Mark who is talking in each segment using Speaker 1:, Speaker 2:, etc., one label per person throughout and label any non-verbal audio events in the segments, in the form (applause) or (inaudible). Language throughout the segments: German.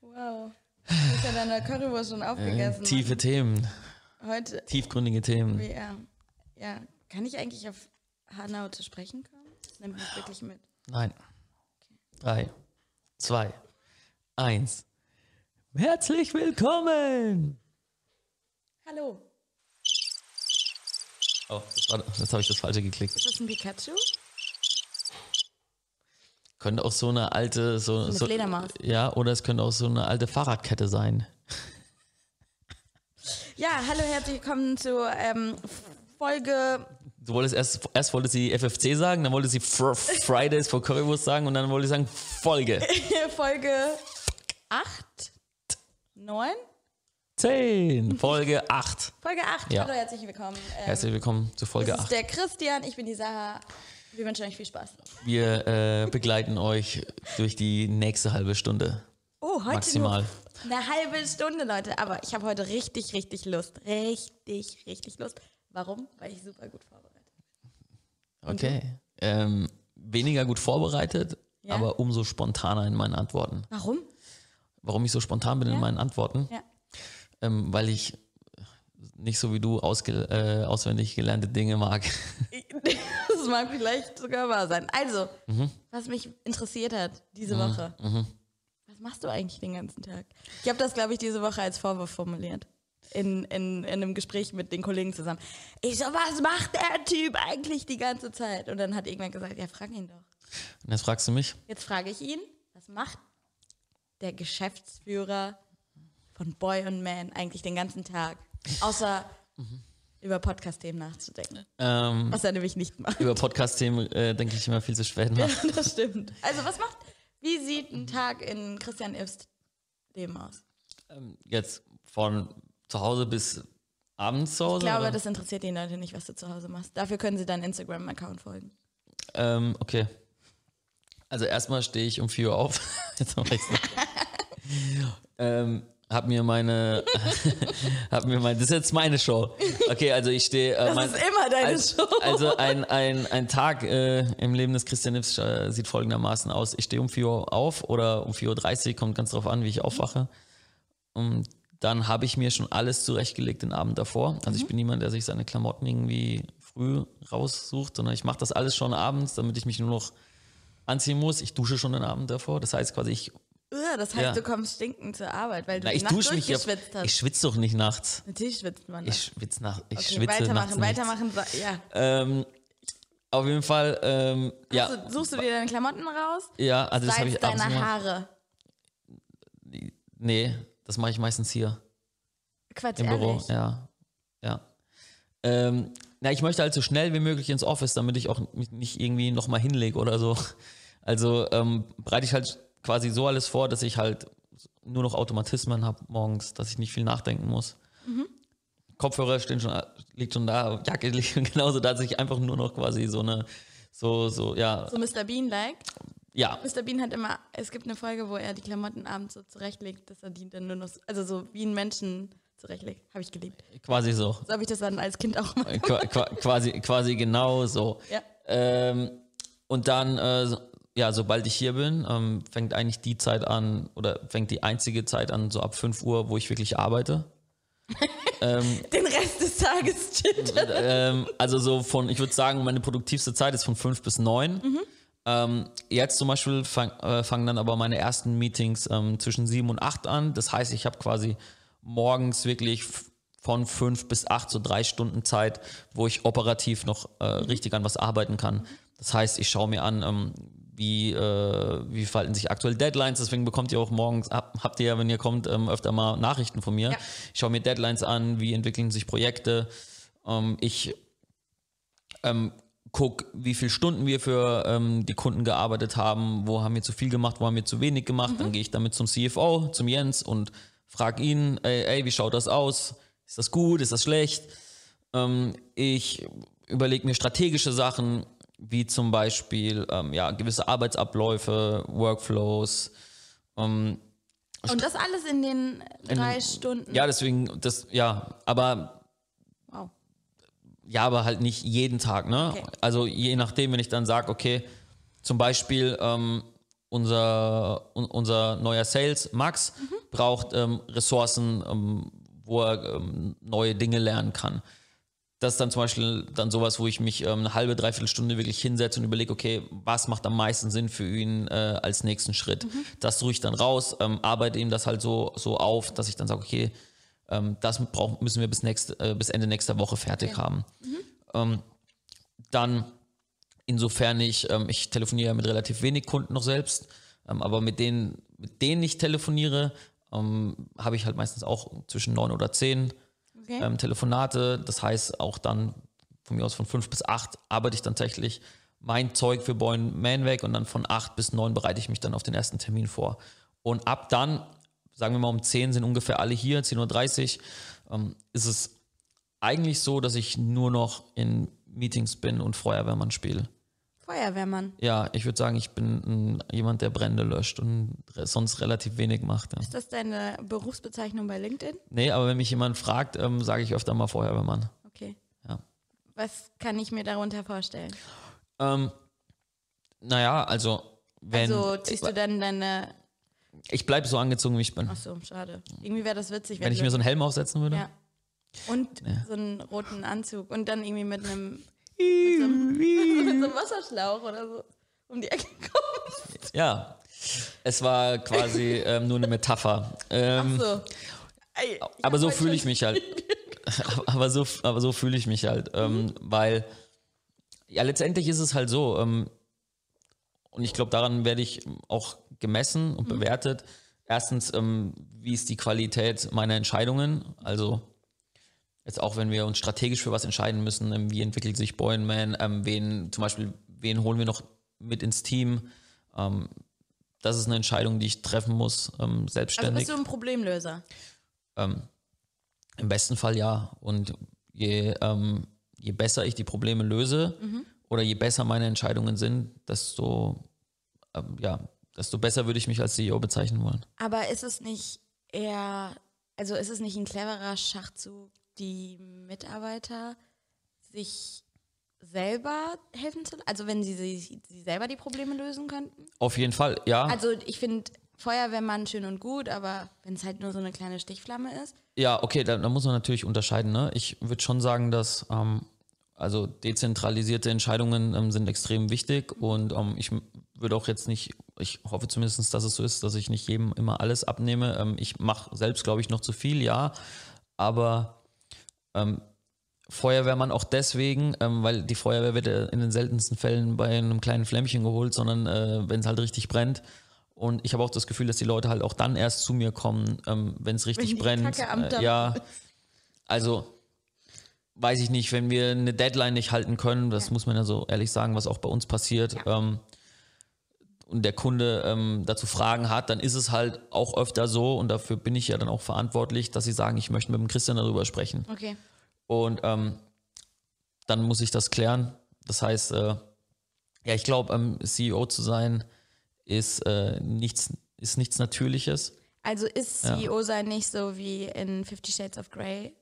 Speaker 1: Wow. Du hast ja deine Currywurst schon aufgegessen.
Speaker 2: Tiefe Themen,
Speaker 1: Heute,
Speaker 2: tiefgründige Themen.
Speaker 1: ja. Ja. Kann ich eigentlich auf Hanau zu sprechen kommen? Das nimmt mich wirklich mit.
Speaker 2: Nein. Drei, zwei, eins. Herzlich willkommen!
Speaker 1: Hallo.
Speaker 2: Oh, das, war- das habe ich das Falsche geklickt.
Speaker 1: Ist das ein Pikachu?
Speaker 2: Könnte auch so eine alte, so,
Speaker 1: Mit
Speaker 2: so
Speaker 1: Ledermaß.
Speaker 2: ja, oder es könnte auch so eine alte Fahrradkette sein.
Speaker 1: Ja, hallo, herzlich willkommen zu ähm, Folge. (laughs)
Speaker 2: Du wolltest erst, erst wollte sie FFC sagen, dann wollte sie Fr Fridays for Currywurst sagen und dann wollte sie sagen Folge
Speaker 1: Folge 8? 9?
Speaker 2: 10, Folge 8.
Speaker 1: Folge 8.
Speaker 2: Ja.
Speaker 1: Hallo, herzlich willkommen. Ähm,
Speaker 2: Herzlich willkommen zu Folge
Speaker 1: das ist
Speaker 2: 8.
Speaker 1: der Christian, ich bin die Sarah. Wir wünschen euch viel Spaß.
Speaker 2: Wir äh, begleiten euch durch die nächste halbe Stunde.
Speaker 1: Oh, heute
Speaker 2: Maximal.
Speaker 1: nur eine halbe Stunde, Leute. Aber ich habe heute richtig, richtig Lust. Richtig, richtig Lust. Warum? Weil ich super gut vorbereitet bin.
Speaker 2: Okay. Ähm, weniger gut vorbereitet,
Speaker 1: Mhm. Ja.
Speaker 2: aber umso spontaner in meinen Antworten.
Speaker 1: Warum?
Speaker 2: Warum ich so spontan bin in meinen Antworten?
Speaker 1: Ja.
Speaker 2: Ähm, weil ich nicht so wie du ausge äh, auswendig gelernte Dinge mag. (laughs)
Speaker 1: (laughs) Das mag vielleicht sogar wahr sein. Also, was mich interessiert hat diese Woche. Was machst du eigentlich den ganzen Tag? Ich habe das, glaube ich, diese Woche als Vorwurf formuliert. In, in, in einem Gespräch mit den Kollegen zusammen. Ich so, was macht der Typ eigentlich die ganze Zeit? Und dann hat irgendwer gesagt, ja, frag ihn doch.
Speaker 2: Und jetzt fragst du mich,
Speaker 1: Jetzt frage ich ihn, was macht der Geschäftsführer von Boy und Man eigentlich den ganzen Tag? Außer über Podcast-Themen nachzudenken.
Speaker 2: ähm,
Speaker 1: Was er nämlich nicht macht.
Speaker 2: über Podcast-Themen äh, denke ich immer viel zu spät nach.
Speaker 1: (laughs) das stimmt. Also, was macht, wie sieht ein Tag in Christian Ilfs Leben aus?
Speaker 2: Jetzt von zu Hause bis abends zu Hause?
Speaker 1: Ich glaube,
Speaker 2: Also, oder?
Speaker 1: das interessiert die Leute nicht, was du zu Hause machst. Dafür können sie deinen Instagram-Account folgen.
Speaker 2: Ähm, okay. Also erstmal stehe ich um 4 Uhr auf. (laughs) Jetzt hab ich's nicht. ähm, hab mir meine, (laughs) hab mir mein, das ist jetzt meine Show. Okay, also ich stehe. Äh, mein,
Speaker 1: ist immer deine
Speaker 2: als,
Speaker 1: Show.
Speaker 2: Also ein, ein, ein Tag äh, im Leben des Christian Nips äh, sieht folgendermaßen aus. Ich stehe um 4 Uhr auf oder um 4.30 Uhr, kommt ganz drauf an, wie ich aufwache. Und dann habe ich mir schon alles zurechtgelegt den Abend davor. Also
Speaker 1: Mhm.
Speaker 2: ich bin niemand, der sich seine Klamotten irgendwie früh raussucht, sondern ich mache das alles schon abends, damit ich mich nur noch anziehen muss. Ich dusche schon den Abend davor. Das heißt quasi, ich,
Speaker 1: Ugh, das heißt,
Speaker 2: Ja.
Speaker 1: du kommst stinkend zur Arbeit, weil du
Speaker 2: na,
Speaker 1: die
Speaker 2: ich
Speaker 1: Nacht
Speaker 2: dusche mich ja.
Speaker 1: durchgeschwitzt hast.
Speaker 2: Ich schwitze doch nicht nachts.
Speaker 1: Natürlich schwitzt man.
Speaker 2: Ich
Speaker 1: nachts.
Speaker 2: schwitze nach, ich
Speaker 1: Okay,
Speaker 2: schwitze nachts
Speaker 1: weitermachen,
Speaker 2: nicht.
Speaker 1: weitermachen. so- Ja.
Speaker 2: Ähm, auf jeden Fall, ähm, ja,
Speaker 1: Also, suchst du dir deine Klamotten raus?
Speaker 2: ja, also das habe
Speaker 1: Seid
Speaker 2: ich abends
Speaker 1: deine
Speaker 2: gemacht.
Speaker 1: Haare.
Speaker 2: Nee, das mache ich meistens hier.
Speaker 1: Quatsch,
Speaker 2: Im
Speaker 1: ehrlich.
Speaker 2: Büro, ja. Ja. Ähm, na, ich möchte halt so schnell wie möglich ins Office, damit ich auch mich nicht irgendwie nochmal hinlege oder so. Also ähm, bereite ich halt quasi so alles vor, dass ich halt nur noch Automatismen habe morgens, dass ich nicht viel nachdenken muss.
Speaker 1: Mhm.
Speaker 2: Kopfhörer stehen schon, liegt schon da, Jacke (laughs) liegt schon genauso da, dass ich einfach nur noch quasi so eine, so, so, ja,
Speaker 1: So Mr. Bean-like.
Speaker 2: ja,
Speaker 1: Mr. Bean hat immer, es gibt eine Folge, wo er die Klamotten abends so zurechtlegt, dass er die dann nur noch, so- also so wie ein Menschen zurechtlegt. Habe ich geliebt.
Speaker 2: quasi so.
Speaker 1: So habe ich das dann als Kind auch mal.
Speaker 2: Qua- qua- quasi, quasi genau so.
Speaker 1: Ja.
Speaker 2: Ähm, und dann, äh, so- ja, sobald ich hier bin, ähm, fängt eigentlich die Zeit an oder fängt die einzige Zeit an, so ab 5 Uhr, wo ich wirklich arbeite.
Speaker 1: Den Rest des Tages chillt er.
Speaker 2: ähm, also so von, ich würde sagen, meine produktivste Zeit ist von 5 bis 9. Ähm, jetzt zum Beispiel fang, äh, fangen dann aber meine ersten Meetings ähm, zwischen 7 und 8 an. Das heißt, ich habe quasi morgens wirklich f- von 5 bis 8 so drei Stunden Zeit, wo ich operativ noch äh, richtig an was arbeiten kann. Das heißt, ich schaue mir an, ähm, wie, äh, wie verhalten sich aktuell Deadlines, deswegen bekommt ihr auch morgens, hab, habt ihr ja, wenn ihr kommt, ähm, öfter mal Nachrichten von mir.
Speaker 1: Ja.
Speaker 2: Ich schaue mir Deadlines an, wie entwickeln sich Projekte, ähm, ich ähm, guck, wie viele Stunden wir für ähm, die Kunden gearbeitet haben, wo haben wir zu viel gemacht, wo haben wir zu wenig gemacht. Dann gehe ich damit zum CFO, zum Jens und frage ihn, ey, ey, wie schaut das aus? Ist das gut? Ist das schlecht? Ähm, ich überlege mir strategische Sachen, wie zum Beispiel ähm, ja, gewisse Arbeitsabläufe, Workflows.
Speaker 1: Und das alles in den drei Stunden.
Speaker 2: Ja, deswegen, das, ja, aber
Speaker 1: Wow.
Speaker 2: Ja, aber halt nicht jeden Tag, ne?
Speaker 1: Okay.
Speaker 2: Also je nachdem, wenn ich dann sage, okay, zum Beispiel ähm, unser, un, unser neuer Sales, Max, braucht ähm, Ressourcen, ähm, wo er ähm, neue Dinge lernen kann. Das ist dann zum Beispiel dann sowas, wo ich mich ähm, eine halbe, dreiviertel Stunde wirklich hinsetze und überlege, okay, was macht am meisten Sinn für ihn äh, als nächsten Schritt? Das suche ich dann raus, ähm, arbeite ihm das halt so, so auf, dass ich dann sage, okay, ähm, das brauch, müssen wir bis, nächst, äh, bis Ende nächster Woche fertig haben. Ähm, dann Insofern ich, ähm, ich telefoniere ja mit relativ wenig Kunden noch selbst, ähm, aber mit denen, mit denen ich telefoniere, ähm, habe ich halt meistens auch zwischen neun oder zehn
Speaker 1: Okay.
Speaker 2: ähm, Telefonate. Das heißt, auch dann von mir aus von fünf bis acht arbeite ich dann tatsächlich mein Zeug für Boyn Man weg und dann von acht bis neun bereite ich mich dann auf den ersten Termin vor. Und ab dann, sagen wir mal um zehn sind ungefähr alle hier, 10.30 Uhr, ähm, ist es eigentlich so, dass ich nur noch in Meetings bin und Feuerwehrmann spiele.
Speaker 1: Feuerwehrmann.
Speaker 2: Ja, ich würde sagen, ich bin ein, jemand, der Brände löscht und re- sonst relativ wenig macht. Ja.
Speaker 1: Ist das deine Berufsbezeichnung bei LinkedIn?
Speaker 2: Nee, aber wenn mich jemand fragt, ähm, sage ich öfter mal Feuerwehrmann.
Speaker 1: Okay.
Speaker 2: Ja.
Speaker 1: Was kann ich mir darunter vorstellen?
Speaker 2: Ähm, naja, also wenn
Speaker 1: also ziehst du dann deine.
Speaker 2: ich bleibe so angezogen, wie ich bin.
Speaker 1: Achso, schade. Irgendwie wäre das witzig,
Speaker 2: Wenn ich mir so einen Helm aufsetzen würde.
Speaker 1: Ja. Und so einen roten Anzug und dann irgendwie mit einem, (laughs) mit so einem Wasserschlauch oder so um die Ecke kommst.
Speaker 2: Ja. Es war quasi ähm, nur eine Metapher. Ähm,
Speaker 1: So. Ey, ich
Speaker 2: aber
Speaker 1: hab
Speaker 2: so
Speaker 1: heute
Speaker 2: fühle ich
Speaker 1: schon-
Speaker 2: mich
Speaker 1: (laughs)
Speaker 2: halt. (laughs) aber so, aber so fühle ich mich halt,
Speaker 1: Mhm.
Speaker 2: ähm, weil ja letztendlich ist es halt so. Ähm, und ich glaube, daran werde ich auch gemessen und
Speaker 1: Mhm.
Speaker 2: bewertet. Erstens, ähm, wie ist die Qualität meiner Entscheidungen? Also jetzt auch, wenn wir uns strategisch für was entscheiden müssen, ähm, wie entwickelt sich Boyan Man? Ähm, wen zum Beispiel, wen holen wir noch mit ins Team? Ähm, das ist eine Entscheidung, die ich treffen muss, ähm,
Speaker 1: Also
Speaker 2: selbstständig.
Speaker 1: bist du ein Problemlöser.
Speaker 2: Ähm, Im besten Fall ja. Und je, ähm, je besser ich die Probleme löse oder je besser meine Entscheidungen sind, desto, ähm, ja, desto besser würde ich mich als CEO bezeichnen wollen.
Speaker 1: Aber ist es nicht eher, also ist es nicht ein cleverer Schachzug, die Mitarbeiter sich selber helfen zu lassen? Also wenn sie, sie, sie selber die Probleme lösen könnten?
Speaker 2: Auf jeden Fall, ja.
Speaker 1: Also ich finde Feuerwehrmann schön und gut, aber wenn es halt nur so eine kleine Stichflamme ist,
Speaker 2: Ja, okay, da, da muss man natürlich unterscheiden. Ne? Ich würde schon sagen, dass ähm, also dezentralisierte Entscheidungen ähm, sind extrem wichtig und ähm, ich m- würde auch jetzt nicht, ich hoffe zumindest, dass es so ist, dass ich nicht jedem immer alles abnehme. Ähm, ich mache selbst, glaube ich, noch zu viel, ja, aber ähm, Feuerwehrmann auch deswegen, ähm, weil die Feuerwehr wird ja in den seltensten Fällen bei einem kleinen Flämmchen geholt, sondern äh, wenn es halt richtig brennt. Und ich habe auch das Gefühl, dass die Leute halt auch dann erst zu mir kommen, ähm, wenn es richtig
Speaker 1: die
Speaker 2: brennt.
Speaker 1: Kacke am
Speaker 2: Äh,
Speaker 1: Dampfen
Speaker 2: ja, also weiß ich nicht, wenn wir eine Deadline nicht halten können, das muss man ja so ehrlich sagen, was auch bei uns passiert. Ähm, und der Kunde ähm, dazu Fragen hat, dann ist es halt auch öfter so, und dafür bin ich ja dann auch verantwortlich, dass sie sagen, ich möchte mit dem Christian darüber sprechen.
Speaker 1: okay.
Speaker 2: Und ähm, dann muss ich das klären. Das heißt, äh, ja, ich glaube, ähm, CEO zu sein ist, äh, nichts, ist nichts Natürliches.
Speaker 1: Also ist CEO sein nicht so wie in Fifty Shades of Grey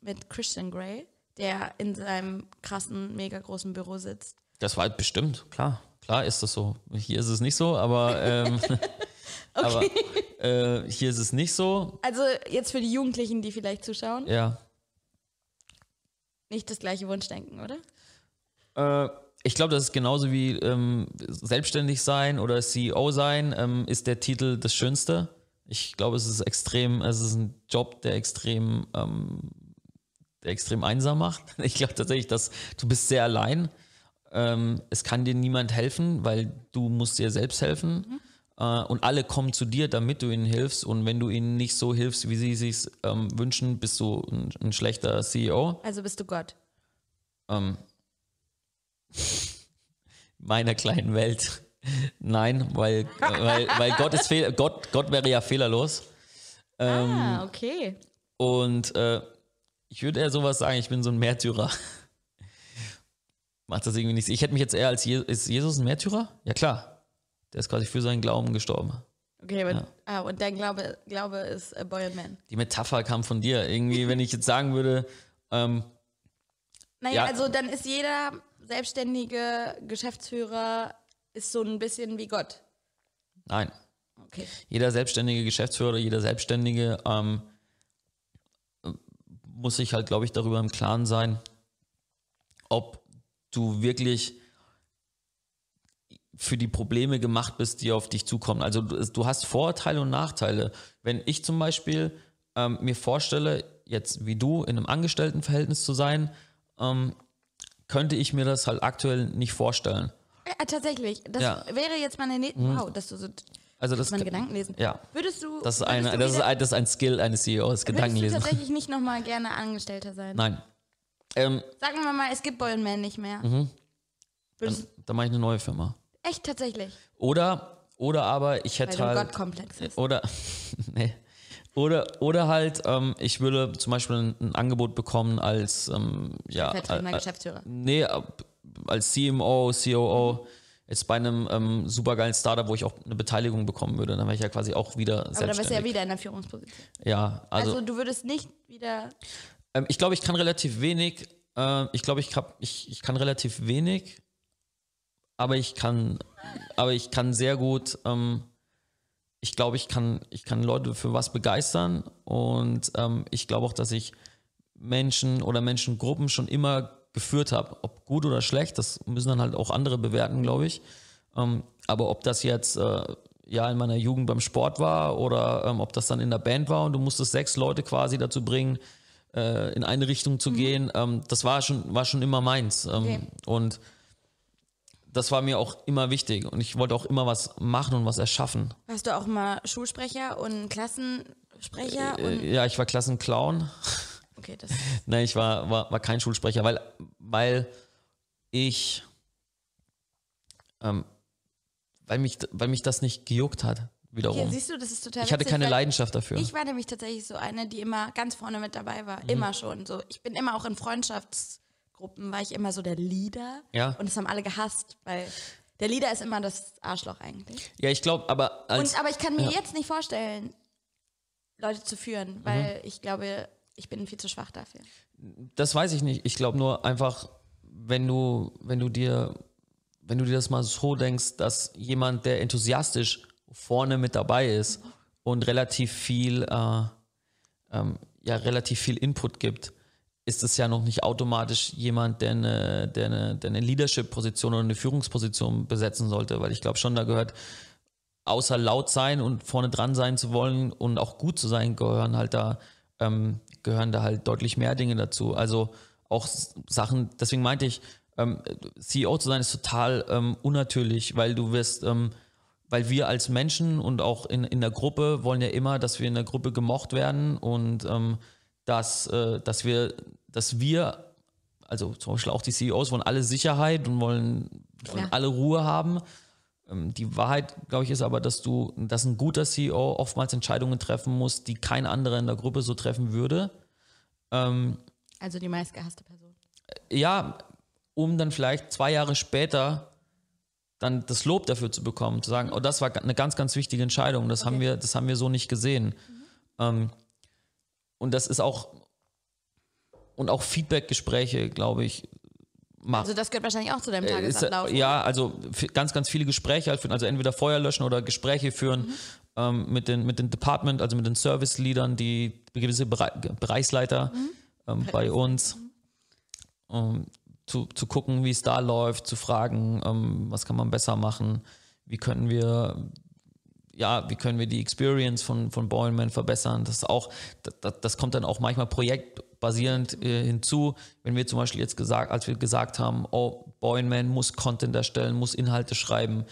Speaker 1: mit Christian Grey, der in seinem krassen, mega großen Büro sitzt.
Speaker 2: Das war bestimmt, klar. Klar ist das so. Hier ist es nicht so, aber, ähm, aber äh, hier ist es nicht so.
Speaker 1: Also jetzt für die Jugendlichen, die vielleicht zuschauen,
Speaker 2: Ja.
Speaker 1: nicht das gleiche Wunschdenken, oder?
Speaker 2: Äh, ich glaube, das ist genauso wie ähm, selbstständig sein oder CEO sein, ähm, ist der Titel das Schönste. Ich glaube, es ist extrem, es ist ein Job, der extrem, ähm, der extrem einsam macht. (laughs) Ich glaube tatsächlich, dass du bist sehr allein. Ähm, es kann dir niemand helfen, weil du musst dir selbst helfen. Äh, und alle kommen zu dir, damit du ihnen hilfst. Und wenn du ihnen nicht so hilfst, wie sie sich ähm, wünschen, bist du ein, ein schlechter E CEO.
Speaker 1: Also bist du Gott.
Speaker 2: Ähm, meiner kleinen Welt. Nein, weil, weil, weil Gott, ist fehl, Gott, Gott wäre ja fehlerlos. Ähm,
Speaker 1: ah, okay.
Speaker 2: Und äh, ich würde eher sowas sagen, ich bin so ein Märtyrer. Macht das irgendwie nichts. Ich hätte mich jetzt eher als Je ist Jesus ein Märtyrer? Ja klar. Der ist quasi für seinen Glauben gestorben.
Speaker 1: Okay, aber, ah, und dein Glaube, Glaube ist a Boy and Man.
Speaker 2: Die Metapher kam von dir. Irgendwie, wenn ich jetzt sagen würde, ähm,
Speaker 1: Naja,
Speaker 2: Ja.
Speaker 1: also dann ist jeder selbstständige Geschäftsführer ist so ein bisschen wie Gott.
Speaker 2: Nein.
Speaker 1: Okay.
Speaker 2: Jeder selbstständige Geschäftsführer, jeder Selbstständige ähm, muss sich halt, glaube ich, darüber im Klaren sein, ob du wirklich für die Probleme gemacht bist, die auf dich zukommen. Also du, du hast Vorteile und Nachteile. Wenn ich zum Beispiel ähm, mir vorstelle, jetzt wie du in einem Angestelltenverhältnis zu sein, ähm, könnte ich mir das halt aktuell nicht vorstellen.
Speaker 1: Ja, Äh, tatsächlich. Das
Speaker 2: Ja.
Speaker 1: wäre jetzt meine nächste. Wow, dass du so.
Speaker 2: Also
Speaker 1: kannst
Speaker 2: das
Speaker 1: meine
Speaker 2: kann-
Speaker 1: Gedanken lesen.
Speaker 2: ja.
Speaker 1: Würdest du.
Speaker 2: Das ist,
Speaker 1: würdest
Speaker 2: eine,
Speaker 1: du
Speaker 2: das, ist,
Speaker 1: wieder-
Speaker 2: ein- das ist ein Skill eines CEOs,
Speaker 1: Würdest du
Speaker 2: Gedankenlesen.
Speaker 1: tatsächlich nicht nochmal gerne Angestellter sein?
Speaker 2: Nein. Ähm,
Speaker 1: Sagen wir mal, es gibt Boyman nicht mehr.
Speaker 2: dann,
Speaker 1: Würdest,
Speaker 2: Mhm. dann mache ich eine neue Firma.
Speaker 1: echt tatsächlich.
Speaker 2: Oder, oder aber ich
Speaker 1: Weil
Speaker 2: hätte
Speaker 1: du ein
Speaker 2: halt.
Speaker 1: Gottkomplex hast.
Speaker 2: Oder, (laughs) nee. Oder, oder halt, ähm, ich würde zum Beispiel ein, ein Angebot bekommen als, ähm, ja,
Speaker 1: Vertretener
Speaker 2: äh, äh,
Speaker 1: Geschäftsführer.
Speaker 2: nee, ab- als CMO, COO,
Speaker 1: Mhm.
Speaker 2: jetzt bei einem ähm, supergeilen Startup, wo ich auch eine Beteiligung bekommen würde. Dann wäre ich ja quasi auch wieder
Speaker 1: Aber da bist du ja
Speaker 2: selbstständig.
Speaker 1: wieder in der Führungsposition.
Speaker 2: Ja, also,
Speaker 1: Also, du würdest nicht wieder.
Speaker 2: ähm, ich glaube, ich kann relativ wenig, äh, ich glaube, ich, hab- ich, ich kann relativ wenig, aber ich kann, aber ich kann sehr gut, ähm, ich glaube, ich kann, ich kann Leute für was begeistern und ähm, ich glaube auch, dass ich Menschen oder Menschengruppen schon immer geführt habe, ob gut oder schlecht, das müssen dann halt auch andere bewerten, glaube ich. Ähm, aber ob das jetzt äh, ja in meiner Jugend beim Sport war oder ähm, ob das dann in der Band war und du musstest sechs Leute quasi dazu bringen, äh, in eine Richtung zu gehen, ähm, das war schon, war schon immer meins. Ähm,
Speaker 1: Okay.
Speaker 2: Und das war mir auch immer wichtig und ich wollte auch immer was machen und was erschaffen.
Speaker 1: Warst du auch mal Schulsprecher und Klassensprecher? und,
Speaker 2: Äh, ja, ich war Klassenclown.
Speaker 1: okay, das.
Speaker 2: Nein, ich war, war, war kein Schulsprecher, weil, weil ich, ähm, weil, mich, weil mich das nicht gejuckt hat,
Speaker 1: Hier,
Speaker 2: wiederum.
Speaker 1: siehst du, das ist total
Speaker 2: ich hatte
Speaker 1: witzig,
Speaker 2: keine
Speaker 1: weil
Speaker 2: Leidenschaft dafür.
Speaker 1: Ich war nämlich tatsächlich so eine, die immer ganz vorne mit dabei war.
Speaker 2: Mhm.
Speaker 1: Immer schon. So, ich bin immer auch in Freundschaftsgruppen, war ich immer so der Leader.
Speaker 2: Ja.
Speaker 1: Und das haben alle gehasst, weil der Leader ist immer das Arschloch eigentlich.
Speaker 2: ja, ich glaube, aber als,
Speaker 1: Und, aber ich kann mir
Speaker 2: ja. Mhm.
Speaker 1: jetzt nicht vorstellen, Leute zu führen, weil ich glaube, ich bin viel zu schwach dafür.
Speaker 2: das weiß ich nicht. Ich glaube nur einfach, wenn du, wenn du dir, wenn du dir das mal so denkst, dass jemand, der enthusiastisch vorne mit dabei ist und relativ viel, äh, ähm, ja, relativ viel Input gibt, ist es ja noch nicht automatisch jemand, der eine, der eine, der eine Leadership-Position oder eine Führungsposition besetzen sollte, weil ich glaube schon, da gehört außer laut sein und vorne dran sein zu wollen und auch gut zu sein, gehören halt da, ähm, gehören da halt deutlich mehr Dinge dazu. Also auch s- Sachen, deswegen meinte ich, ähm, CEO zu sein ist total ähm, unnatürlich, weil du wirst, ähm, weil wir als Menschen und auch in, in der Gruppe wollen ja immer, dass wir in der Gruppe gemocht werden und ähm, dass, äh, dass wir, dass wir, also zum Beispiel auch die CEOs wollen alle Sicherheit und wollen, wollen
Speaker 1: Klar.
Speaker 2: alle Ruhe haben die Wahrheit, glaube ich, ist aber, dass du, dass ein guter CEO oftmals Entscheidungen treffen muss, die kein anderer in der Gruppe so treffen würde.
Speaker 1: Also die meistgehasste Person.
Speaker 2: Ja, um dann vielleicht zwei Jahre später dann das Lob dafür zu bekommen, zu sagen, oh, das war eine ganz, ganz wichtige Entscheidung, das haben wir, das haben wir so nicht gesehen. Ähm, und das ist auch und auch Feedbackgespräche, glaube ich, macht.
Speaker 1: Also das gehört wahrscheinlich auch zu deinem
Speaker 2: Äh, ist,
Speaker 1: Tagesablauf.
Speaker 2: ja, also f- ganz, ganz viele Gespräche halt führen, also entweder Feuer löschen oder Gespräche führen ähm, mit, den, mit den Department, also mit den Service-Leadern, die gewisse Bere Bereichsleiter ähm, bei uns, ähm, zu, zu gucken, wie es da läuft, zu fragen, ähm, was kann man besser machen, wie können wir ja, wie können wir die Experience von, von Boilman verbessern? Das ist auch, das, das kommt dann auch manchmal projektbasierend äh, hinzu. Wenn wir zum Beispiel jetzt gesagt, als wir gesagt haben, oh, Boilman muss Content erstellen, muss Inhalte schreiben,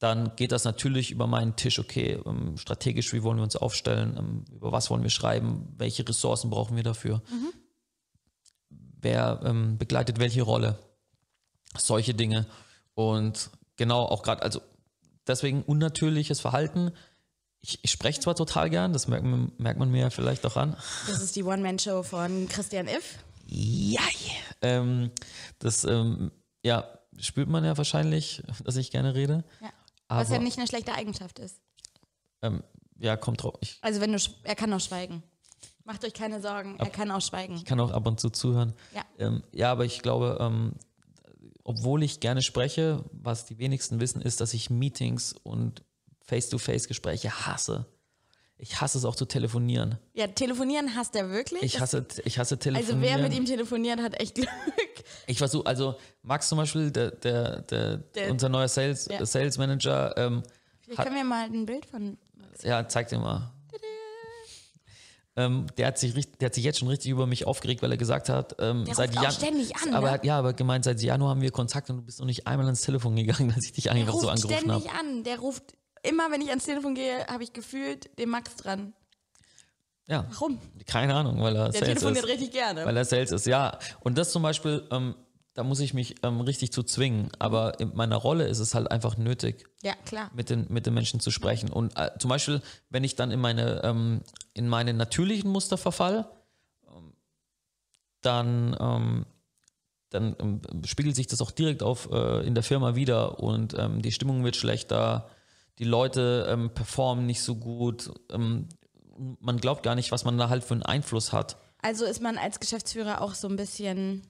Speaker 2: dann geht das natürlich über meinen Tisch, okay, ähm, strategisch, wie wollen wir uns aufstellen, ähm, über was wollen wir schreiben, welche Ressourcen brauchen wir dafür? Wer ähm, begleitet welche Rolle? Solche Dinge. Und genau, auch gerade, also deswegen unnatürliches Verhalten. Ich, ich spreche zwar total gern, das merkt man, merkt man mir ja vielleicht auch an.
Speaker 1: Das ist die One-Man-Show von Christian Iff.
Speaker 2: Ja, ähm, das ähm, ja, spürt man ja wahrscheinlich, dass ich gerne rede.
Speaker 1: Ja.
Speaker 2: Aber
Speaker 1: Was ja nicht eine schlechte Eigenschaft ist.
Speaker 2: ähm, ja, kommt drauf. Ich
Speaker 1: Also wenn du, sch- er kann auch schweigen. Macht euch keine Sorgen, er kann auch schweigen.
Speaker 2: kann auch ab und zu zuhören.
Speaker 1: Ja.
Speaker 2: Ähm, ja, aber ich glaube, ähm, obwohl ich gerne spreche, was die wenigsten wissen, ist, dass ich Meetings und Face-to-Face-Gespräche hasse. Ich hasse es auch zu telefonieren.
Speaker 1: Ja, telefonieren hasst er wirklich.
Speaker 2: Ich hasse, ich hasse
Speaker 1: also
Speaker 2: telefonieren.
Speaker 1: wer mit ihm telefoniert, hat echt Glück.
Speaker 2: Ich versuche, also Max zum Beispiel, der, der, der,
Speaker 1: Der-
Speaker 2: unser neuer Sales,
Speaker 1: Ja.
Speaker 2: Sales Manager, ähm,
Speaker 1: Vielleicht
Speaker 2: Hat-
Speaker 1: können wir mal ein Bild von.
Speaker 2: ja, zeig dir mal. Ähm, der, hat sich richtig, der hat sich jetzt schon richtig über mich aufgeregt, weil er gesagt hat, ähm,
Speaker 1: Der
Speaker 2: seit
Speaker 1: ruft auch
Speaker 2: Jan-
Speaker 1: ständig an,
Speaker 2: Aber
Speaker 1: ne?
Speaker 2: er hat- ja, aber gemeint, seit Januar haben wir Kontakt und du bist noch nicht einmal ans Telefon gegangen, (laughs) als ich dich
Speaker 1: Der
Speaker 2: einfach
Speaker 1: ruft
Speaker 2: so angerufen habe.
Speaker 1: ständig an. Der ruft immer, wenn ich ans Telefon gehe, habe ich gefühlt den Max dran.
Speaker 2: Ja,
Speaker 1: Warum?
Speaker 2: keine Ahnung, weil er
Speaker 1: Der
Speaker 2: Sales
Speaker 1: telefoniert
Speaker 2: ist.
Speaker 1: richtig ne? gerne.
Speaker 2: Weil er Sales ist, ja. Und das zum Beispiel, ähm, da muss ich mich ähm, richtig zu zwingen. Aber in meiner Rolle ist es halt einfach nötig.
Speaker 1: Ja, klar.
Speaker 2: mit den, mit den Menschen zu sprechen. Und äh, zum Beispiel, wenn ich dann in meine, ähm, in meine natürlichen Muster verfall, ähm, dann, ähm, dann ähm, spiegelt sich das auch direkt auf äh, in der Firma wieder und ähm, die Stimmung wird schlechter, die Leute ähm, performen nicht so gut. Ähm, man glaubt gar nicht, was man da halt für einen Einfluss hat.
Speaker 1: Also ist man als Geschäftsführer auch so ein bisschen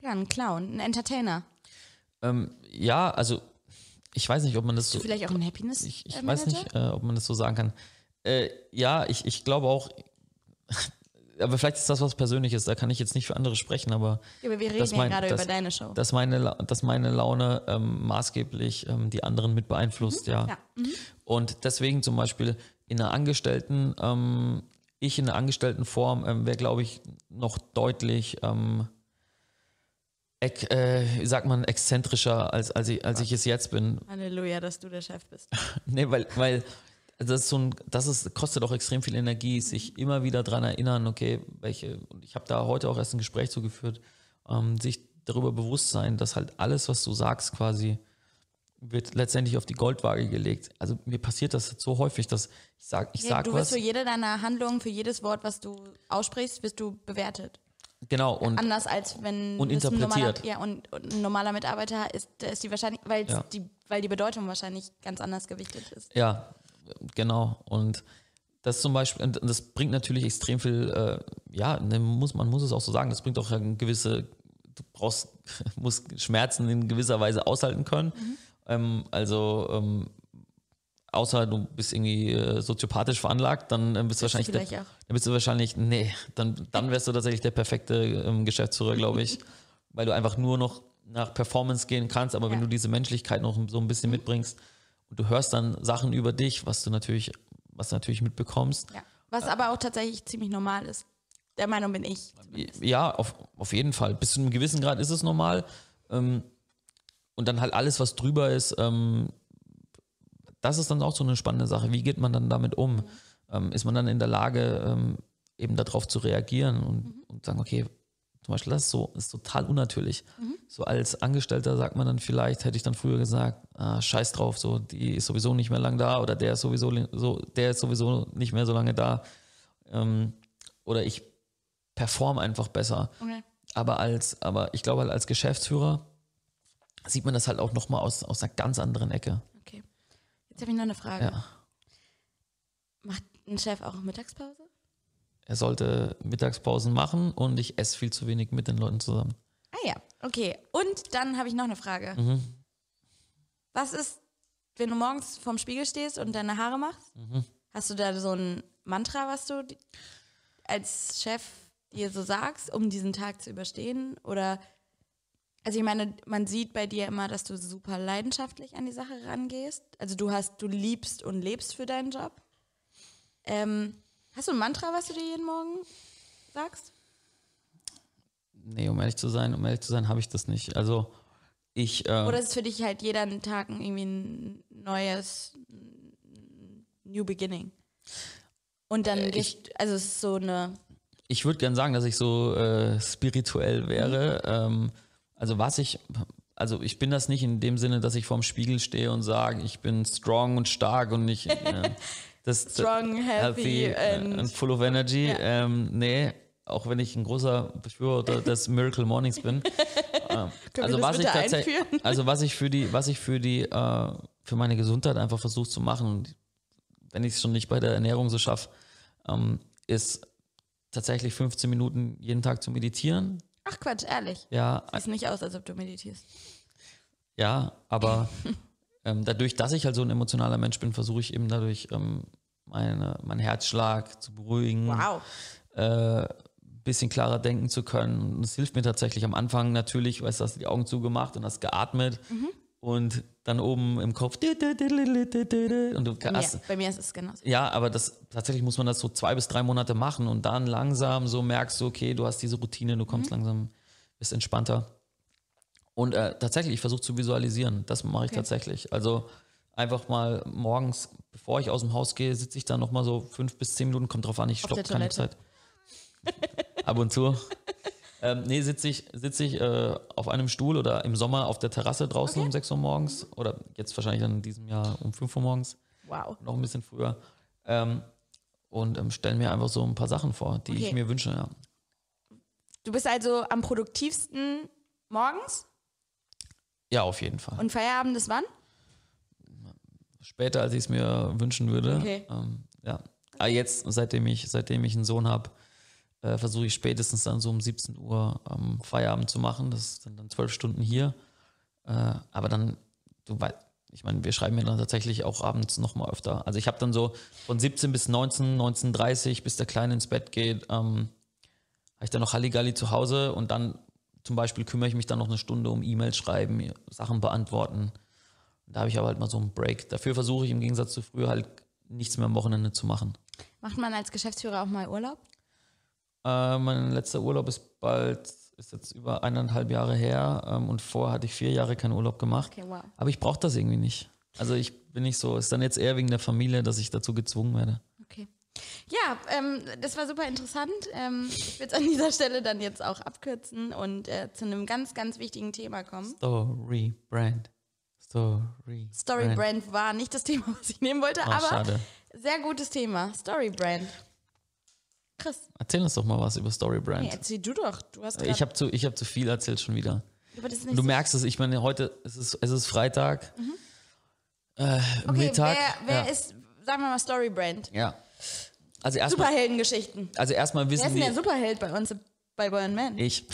Speaker 1: ja, ein Clown, ein Entertainer.
Speaker 2: Ähm, ja, also ich weiß nicht, ob man das so.
Speaker 1: Vielleicht auch ein Happiness.
Speaker 2: ich, ich
Speaker 1: äh,
Speaker 2: weiß
Speaker 1: Manager?
Speaker 2: nicht, äh, ob man das so sagen kann. Äh, ja, ich, ich glaube auch, (laughs) aber vielleicht ist das was Persönliches, da kann ich jetzt nicht für andere sprechen, aber
Speaker 1: Ja, aber wir reden
Speaker 2: dass
Speaker 1: ja
Speaker 2: mein-
Speaker 1: gerade
Speaker 2: dass-
Speaker 1: über deine Show.
Speaker 2: dass meine, La- dass meine Laune ähm, maßgeblich ähm, die anderen mit beeinflusst, ja.
Speaker 1: Mhm, ja.
Speaker 2: Und deswegen zum Beispiel in einer Angestellten, ähm, ich in einer Angestelltenform ähm, wäre, glaube ich, noch deutlich, ähm, ek, äh, wie sagt man, exzentrischer, als, als, ich, als ich es jetzt bin,
Speaker 1: Halleluja, dass du der Chef bist.
Speaker 2: Nee, weil, weil das ist so ein, das ist, kostet auch extrem viel Energie, sich immer wieder dran erinnern, okay, welche, und ich habe da heute auch erst ein Gespräch zugeführt, ähm, sich darüber bewusst sein, dass halt alles, was du sagst, quasi wird letztendlich auf die Goldwaage gelegt. Also mir passiert das jetzt so häufig, dass ich sage, ich
Speaker 1: Ja,
Speaker 2: sag
Speaker 1: du
Speaker 2: was.
Speaker 1: wirst für jede deiner Handlungen, für jedes Wort, was du aussprichst, wirst du bewertet.
Speaker 2: Genau, und
Speaker 1: Anders als wenn
Speaker 2: Und
Speaker 1: das ein Normaler,
Speaker 2: interpretiert.
Speaker 1: ja, und, und ein normaler Mitarbeiter ist, da ist die wahrscheinlich, weil
Speaker 2: Ja.
Speaker 1: die, weil die Bedeutung wahrscheinlich ganz anders gewichtet ist.
Speaker 2: Ja, genau. Und das zum Beispiel, und das bringt natürlich extrem viel, äh, ja, ne, muss, man muss es auch so sagen, das bringt auch eine gewisse, du brauchst, (laughs) musst Schmerzen in gewisser Weise aushalten können.
Speaker 1: Mhm.
Speaker 2: Ähm, also, ähm, außer du bist irgendwie äh, soziopathisch veranlagt, dann äh, bist du wahrscheinlich, der,
Speaker 1: vielleicht
Speaker 2: dann
Speaker 1: auch.
Speaker 2: bist du wahrscheinlich, nee, dann, dann wärst du tatsächlich der perfekte ähm, Geschäftsführer, glaube
Speaker 1: (laughs)
Speaker 2: ich, weil du einfach nur noch nach Performance gehen kannst, aber wenn
Speaker 1: Ja. Mhm.
Speaker 2: du diese Menschlichkeit noch so ein bisschen mitbringst, und du hörst dann Sachen über dich, was du natürlich, was du natürlich mitbekommst.
Speaker 1: Ja.
Speaker 2: Äh.
Speaker 1: Was aber auch tatsächlich ziemlich normal ist. Der Meinung bin ich.
Speaker 2: Ja, auf, auf jeden Fall. Bis zu einem gewissen Grad ist es normal. Ähm, und dann halt alles, was drüber ist, ähm, das ist dann auch so eine spannende Sache. Wie geht man dann damit um? Ähm, ist man dann in der Lage, ähm, eben darauf zu reagieren und, und sagen, okay, zum Beispiel das ist so, ist total unnatürlich. So als Angestellter sagt man dann vielleicht, hätte ich dann früher gesagt, ah, scheiß drauf, so die ist sowieso nicht mehr lang da oder der ist sowieso li- so, der ist sowieso nicht mehr so lange da. Ähm, oder ich perform einfach besser.
Speaker 1: Okay.
Speaker 2: Aber als, aber ich glaube halt als Geschäftsführer sieht man das halt auch nochmal aus, aus einer ganz anderen Ecke.
Speaker 1: okay. Jetzt habe ich noch eine Frage.
Speaker 2: Ja.
Speaker 1: Macht ein Chef auch Mittagspause?
Speaker 2: Er sollte Mittagspausen machen und ich esse viel zu wenig mit den Leuten zusammen.
Speaker 1: Ah ja, okay. Und dann habe ich noch eine Frage. Was ist, wenn du morgens vorm Spiegel stehst und deine Haare machst? Hast du da so ein Mantra, was du di- als Chef dir so sagst, um diesen Tag zu überstehen? Oder, also ich meine, man sieht bei dir immer, dass du super leidenschaftlich an die Sache rangehst. Also du hast, du liebst und lebst für deinen Job. Ähm, hast du ein Mantra, was du dir jeden Morgen sagst?
Speaker 2: Nee, um ehrlich zu sein, um ehrlich zu sein, habe ich das nicht. Also ich, äh,
Speaker 1: Oder ist es für dich halt jeden Tag irgendwie ein neues ein New Beginning? Und
Speaker 2: Äh,
Speaker 1: dann gehst also es ist so eine
Speaker 2: ich würde gern sagen, dass ich so äh, spirituell wäre.
Speaker 1: Mhm.
Speaker 2: Ähm, also was ich, also ich bin das nicht in dem Sinne, dass ich vorm Spiegel stehe und sage, ich bin strong und stark und nicht
Speaker 1: (laughs)
Speaker 2: äh, das,
Speaker 1: Strong, happy
Speaker 2: äh,
Speaker 1: and-
Speaker 2: and full of energy. Ähm, nee, auch wenn ich ein großer
Speaker 1: (laughs)
Speaker 2: Befürworter des Miracle Mornings bin.
Speaker 1: Können
Speaker 2: also
Speaker 1: wir das
Speaker 2: was ich
Speaker 1: bitte
Speaker 2: tatsächlich,
Speaker 1: einführen? (laughs)
Speaker 2: also was ich für die, was ich für die, äh, für meine Gesundheit einfach versuche zu machen, und wenn ich es schon nicht bei der Ernährung so schaffe, ähm, ist tatsächlich 15 Minuten jeden Tag zu meditieren.
Speaker 1: Ach Quatsch, ehrlich.
Speaker 2: Ja,
Speaker 1: (laughs) Sieht nicht aus, als ob du meditierst.
Speaker 2: ja, aber ähm, dadurch, dass ich halt so ein emotionaler Mensch bin, versuche ich eben dadurch ähm, meine, meinen Herzschlag zu beruhigen,
Speaker 1: Wow.
Speaker 2: äh, bisschen klarer denken zu können. Und es hilft mir tatsächlich am Anfang natürlich, weißt du, hast du die Augen zugemacht und hast geatmet und dann oben im Kopf und du
Speaker 1: Ja,
Speaker 2: hast,
Speaker 1: bei mir ist es genauso.
Speaker 2: ja, aber das tatsächlich muss man das so zwei bis drei Monate machen und dann langsam so merkst du, okay, du hast diese Routine, du
Speaker 1: Mhm.
Speaker 2: kommst langsam, bist entspannter. Und äh, tatsächlich, ich versuche zu visualisieren. Das mache ich tatsächlich. Also einfach mal morgens, bevor ich aus dem Haus gehe, sitze ich da nochmal so fünf bis zehn Minuten, kommt drauf an, ich stoppe
Speaker 1: der
Speaker 2: keine Zeit.
Speaker 1: Toilette.
Speaker 2: Ab und zu. ähm, nee, sitze ich, sitz ich äh, auf einem Stuhl oder im Sommer auf der Terrasse draußen um 6 Uhr morgens oder jetzt wahrscheinlich dann in diesem Jahr um 5 Uhr morgens
Speaker 1: Wow.
Speaker 2: noch ein bisschen früher. Ähm, und ähm, stellen mir einfach so ein paar Sachen vor, die ich
Speaker 1: Okay.
Speaker 2: mir wünsche. Ja.
Speaker 1: Du bist also am produktivsten morgens
Speaker 2: ja, auf jeden Fall.
Speaker 1: und Feierabend ist wann?
Speaker 2: Später, als ich es mir wünschen würde.
Speaker 1: Okay.
Speaker 2: Ähm, ja. Aber jetzt, seitdem ich, seitdem ich einen Sohn habe, äh, versuche ich spätestens dann so um 17 Uhr ähm, Feierabend zu machen. Das sind dann zwölf Stunden hier. Äh, aber dann, du weißt, ich meine, wir schreiben ja dann tatsächlich auch abends nochmal öfter. Also ich habe dann so von 17 bis 19, 19.30 bis der Kleine ins Bett geht, ähm, habe ich dann noch Halligalli zu Hause und dann zum Beispiel kümmere ich mich dann noch eine Stunde um E-Mails schreiben, Sachen beantworten. Da habe ich aber halt mal so einen Break. Dafür versuche ich im Gegensatz zu früher halt nichts mehr am Wochenende zu machen.
Speaker 1: Macht man als Geschäftsführer auch mal Urlaub?
Speaker 2: Äh, mein letzter Urlaub ist bald, ist jetzt über eineinhalb Jahre her ähm, und vorher hatte ich vier Jahre keinen Urlaub gemacht.
Speaker 1: Okay, wow.
Speaker 2: Aber ich brauche das irgendwie nicht. Also ich bin nicht so, ist dann jetzt eher wegen der Familie, dass ich dazu gezwungen werde.
Speaker 1: Okay. Ja, ähm, das war super interessant. Ähm, ich würde es an dieser Stelle dann jetzt auch abkürzen und äh, zu einem ganz, ganz wichtigen Thema kommen.
Speaker 2: Story Brand. Story.
Speaker 1: Story Brand war nicht das Thema, was ich nehmen wollte,
Speaker 2: Ah,
Speaker 1: aber
Speaker 2: schade.
Speaker 1: sehr gutes Thema. Story Brand. Chris,
Speaker 2: Erzähl uns doch mal was über Story Brand.
Speaker 1: nee, erzähl du doch. Du hast
Speaker 2: ich
Speaker 1: grad-
Speaker 2: habe zu, ich hab zu viel erzählt schon wieder.
Speaker 1: aber das ist nicht
Speaker 2: Du
Speaker 1: so-
Speaker 2: merkst es, ich meine, heute es ist es ist Freitag. Äh,
Speaker 1: okay,
Speaker 2: Mittag.
Speaker 1: Wer, wer
Speaker 2: ja.
Speaker 1: ist, sagen wir mal, Story Brand?
Speaker 2: Ja. Also erstmal
Speaker 1: Superheldengeschichten.
Speaker 2: also erstmal
Speaker 1: Wer ist
Speaker 2: wissen
Speaker 1: denn der
Speaker 2: wir
Speaker 1: Superheld bei uns bei Burn Man?
Speaker 2: ich.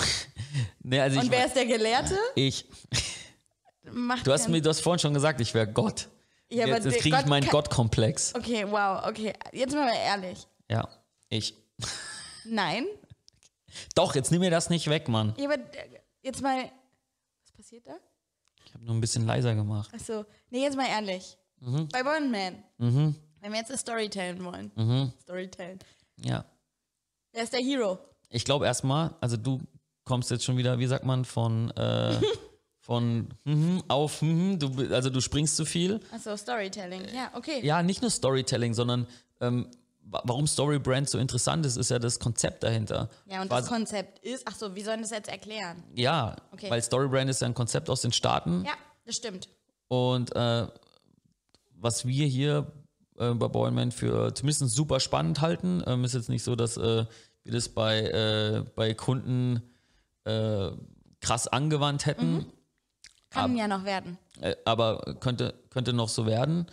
Speaker 2: (laughs) nee, also
Speaker 1: Und
Speaker 2: ich,
Speaker 1: wer ist der Gelehrte?
Speaker 2: ich
Speaker 1: Macht
Speaker 2: Du hast
Speaker 1: keinen-
Speaker 2: mir du hast vorhin schon gesagt, ich wäre Gott.
Speaker 1: Ja, aber
Speaker 2: jetzt jetzt
Speaker 1: der
Speaker 2: kriege ich
Speaker 1: Gott
Speaker 2: meinen
Speaker 1: kann-
Speaker 2: Gottkomplex.
Speaker 1: Okay, wow, okay. Jetzt mal ehrlich.
Speaker 2: Ja, ich.
Speaker 1: Nein.
Speaker 2: Doch, jetzt nimm mir das nicht weg, Mann.
Speaker 1: Ja, aber äh, jetzt mal. Was passiert da?
Speaker 2: Ich habe nur ein bisschen leiser gemacht.
Speaker 1: Achso. Also, Nee, jetzt mal ehrlich.
Speaker 2: Mhm.
Speaker 1: Bei Burn Man. Wenn wir jetzt eine Story teilen wollen.
Speaker 2: Mhm.
Speaker 1: Story teilen.
Speaker 2: Ja.
Speaker 1: Wer ist der Hero?
Speaker 2: Ich glaube erstmal, also du kommst jetzt schon wieder, wie sagt man, von
Speaker 1: (laughs)
Speaker 2: äh, von mhm, auf mhm, du bi- also du springst zu viel.
Speaker 1: Achso, Also, Storytelling. Ja, okay.
Speaker 2: Ja, nicht nur Storytelling, sondern ähm, wa- warum Story Brand so interessant ist, ist ja das Konzept dahinter.
Speaker 1: Ja, und
Speaker 2: Quasi-
Speaker 1: das Konzept ist. Achso, wie sollen das jetzt erklären?
Speaker 2: Ja,
Speaker 1: Okay.
Speaker 2: weil Storybrand ist ja ein Konzept aus den Staaten
Speaker 1: Ja, das stimmt.
Speaker 2: und äh, was wir hier äh, bei Boyman für zumindest super spannend halten, ähm, ist jetzt nicht so, dass äh, wir das bei, äh, bei Kunden äh, krass angewandt hätten,
Speaker 1: Mhm. Kann ja noch werden.
Speaker 2: äh, aber könnte, könnte noch so werden.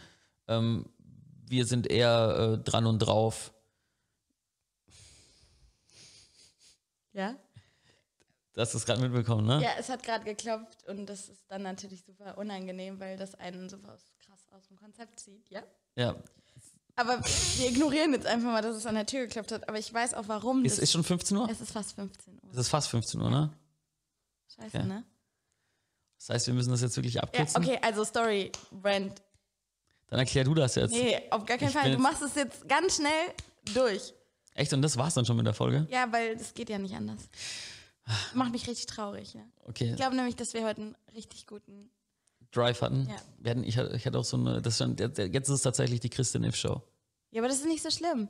Speaker 2: Ähm, wir sind eher äh, dran und drauf,
Speaker 1: Ja?
Speaker 2: das ist gerade mitbekommen, ne?
Speaker 1: Ja, es hat gerade geklopft und das ist dann natürlich super unangenehm, weil das einen so aus- krass aus dem Konzept zieht, ja?
Speaker 2: Ja.
Speaker 1: Aber wir ignorieren jetzt einfach mal, dass es an der Tür geklopft hat. Aber ich weiß auch warum.
Speaker 2: Ist,
Speaker 1: Das-
Speaker 2: ist schon 15 Uhr?
Speaker 1: es ist fast 15 Uhr.
Speaker 2: Es ist fast 15 Uhr, ne?
Speaker 1: Scheiße,
Speaker 2: Ja.
Speaker 1: ne?
Speaker 2: Das heißt, wir müssen das jetzt wirklich
Speaker 1: Ja,
Speaker 2: abkürzen.
Speaker 1: okay, also Story, Brand.
Speaker 2: Dann erklär du das jetzt.
Speaker 1: Nee, auf gar keinen
Speaker 2: Ich
Speaker 1: Fall.
Speaker 2: bin
Speaker 1: Du
Speaker 2: jetzt-
Speaker 1: machst es jetzt ganz schnell durch.
Speaker 2: Echt? Und das war's dann schon mit der Folge?
Speaker 1: Ja, weil das geht ja nicht anders.
Speaker 2: Ah.
Speaker 1: Macht mich richtig traurig, ne?
Speaker 2: Okay.
Speaker 1: Ich glaube nämlich, dass wir heute einen richtig guten.
Speaker 2: Drive hatten.
Speaker 1: Ja.
Speaker 2: Wir hatten ich, hatte, ich hatte auch so eine. Das stand, jetzt jetzt ist es tatsächlich die Christin If Show.
Speaker 1: Ja, aber das ist nicht so schlimm.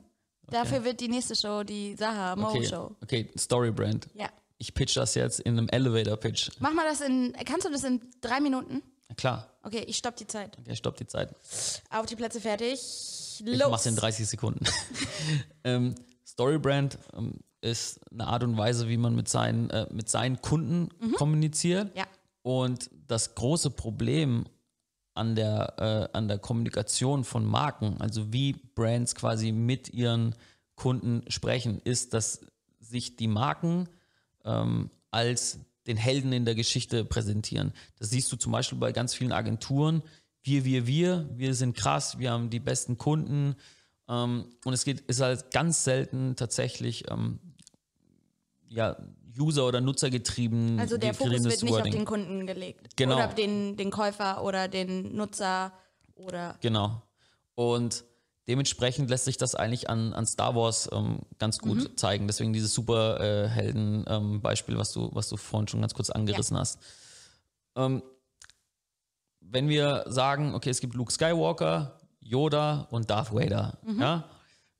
Speaker 1: Dafür wird die nächste Show die Saha Mo
Speaker 2: Okay.
Speaker 1: Oh, Show.
Speaker 2: Okay, Storybrand.
Speaker 1: Ja.
Speaker 2: Ich pitch das jetzt in einem Elevator-Pitch.
Speaker 1: Mach mal das in. Kannst du das in drei Minuten?
Speaker 2: Na Klar.
Speaker 1: Okay, ich stopp die Zeit.
Speaker 2: Okay, stopp die Zeit.
Speaker 1: Auf die Plätze fertig. Los.
Speaker 2: Ich mach's in 30 Sekunden. (laughs) ähm, Storybrand ähm, ist eine Art und Weise, wie man mit seinen, äh, mit seinen Kunden kommuniziert.
Speaker 1: Mhm. Ja.
Speaker 2: Und das große Problem an der, äh, an der Kommunikation von Marken, also wie Brands quasi mit ihren Kunden sprechen, ist, dass sich die Marken ähm, als den Helden in der Geschichte präsentieren. Das siehst du zum Beispiel bei ganz vielen Agenturen, wir, wir, wir, wir sind krass, wir haben die besten Kunden. Ähm, und es geht, ist halt ganz selten tatsächlich ähm, ja, User- oder Nutzergetrieben.
Speaker 1: Also der Fokus
Speaker 2: getriebenes
Speaker 1: wird nicht auf
Speaker 2: Wording.
Speaker 1: den Kunden gelegt.
Speaker 2: Genau.
Speaker 1: Oder auf den, den Käufer oder den Nutzer oder
Speaker 2: Genau. Und dementsprechend lässt sich das eigentlich an, an Star Wars ähm, ganz gut zeigen. Deswegen dieses äh, Superhelden-Beispiel, ähm, was, du, was du vorhin schon ganz kurz angerissen hast. Ähm, wenn wir sagen, okay, es gibt Luke Skywalker, Yoda und Darth Vader, ja,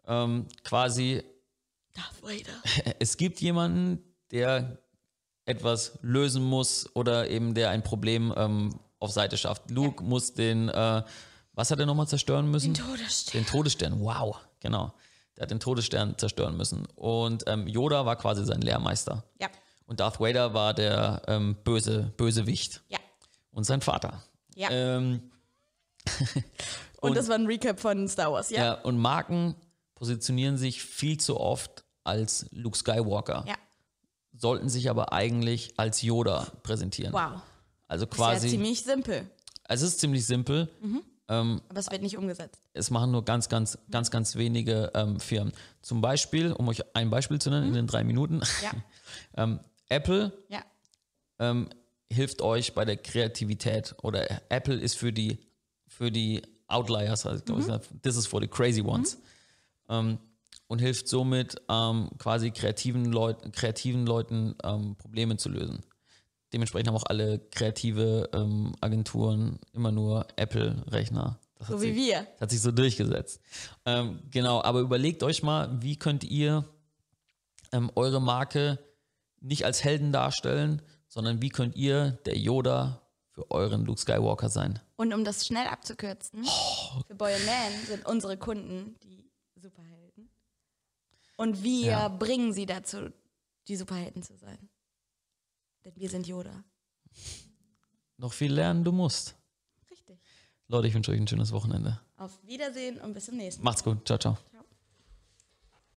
Speaker 2: ähm, quasi äh,
Speaker 1: Darth
Speaker 2: (laughs)
Speaker 1: Vader.
Speaker 2: es gibt jemanden, der etwas lösen muss oder eben der ein Problem ähm, auf Seite schafft. Luke muss den, äh, was hat er nochmal zerstören müssen?
Speaker 1: Den Todesstern.
Speaker 2: Den Todesstern, wow, genau. Der hat den Todesstern zerstören müssen. Und ähm, Yoda war quasi sein Lehrmeister.
Speaker 1: Ja.
Speaker 2: Und Darth Vader war der ähm, böse, Bösewicht
Speaker 1: Ja.
Speaker 2: und sein Vater.
Speaker 1: Ja.
Speaker 2: Ähm,
Speaker 1: Und,
Speaker 2: Und-
Speaker 1: das war ein Recap von Star Wars, ja?
Speaker 2: Ja, und Marken positionieren sich viel zu oft als Luke Skywalker,
Speaker 1: Ja.
Speaker 2: sollten sich aber eigentlich als Yoda präsentieren.
Speaker 1: Wow.
Speaker 2: Also
Speaker 1: Quasi. Ist ja
Speaker 2: quasi,
Speaker 1: ziemlich Mhm. simpel.
Speaker 2: es ist ziemlich simpel. Ähm,
Speaker 1: Aber es wird nicht umgesetzt.
Speaker 2: es machen nur ganz, ganz, ganz, ganz wenige ähm, Firmen. Zum Beispiel, um euch ein Beispiel zu nennen in den drei Minuten, (laughs)
Speaker 1: Ja.
Speaker 2: ähm, Apple
Speaker 1: Ja.
Speaker 2: ähm, hilft euch bei der Kreativität oder Apple ist für die, für die Outliers, also, glaub
Speaker 1: Mhm.
Speaker 2: ich, this is for the crazy ones. Ähm, und hilft somit ähm, quasi kreativen, Leut kreativen Leuten ähm, Probleme zu lösen. Dementsprechend haben auch alle kreative ähm, Agenturen immer nur Apple-Rechner. Das hat
Speaker 1: So wie
Speaker 2: sich-
Speaker 1: wir.
Speaker 2: das hat sich so durchgesetzt. Ähm, genau, aber überlegt euch mal, wie könnt ihr ähm, eure Marke nicht als Helden darstellen, sondern wie könnt ihr der Yoda für euren Luke Skywalker sein?
Speaker 1: Und um das schnell abzukürzen, für Boy and Man sind unsere Kunden die Superhelden. Und wir
Speaker 2: Ja.
Speaker 1: bringen sie dazu, die Superhelden zu sein. Denn wir sind Yoda.
Speaker 2: Noch viel lernen, du musst.
Speaker 1: Richtig.
Speaker 2: Leute, ich wünsche euch ein schönes Wochenende.
Speaker 1: Auf Wiedersehen und bis zum nächsten Mal.
Speaker 2: Macht's gut. Ciao, ciao.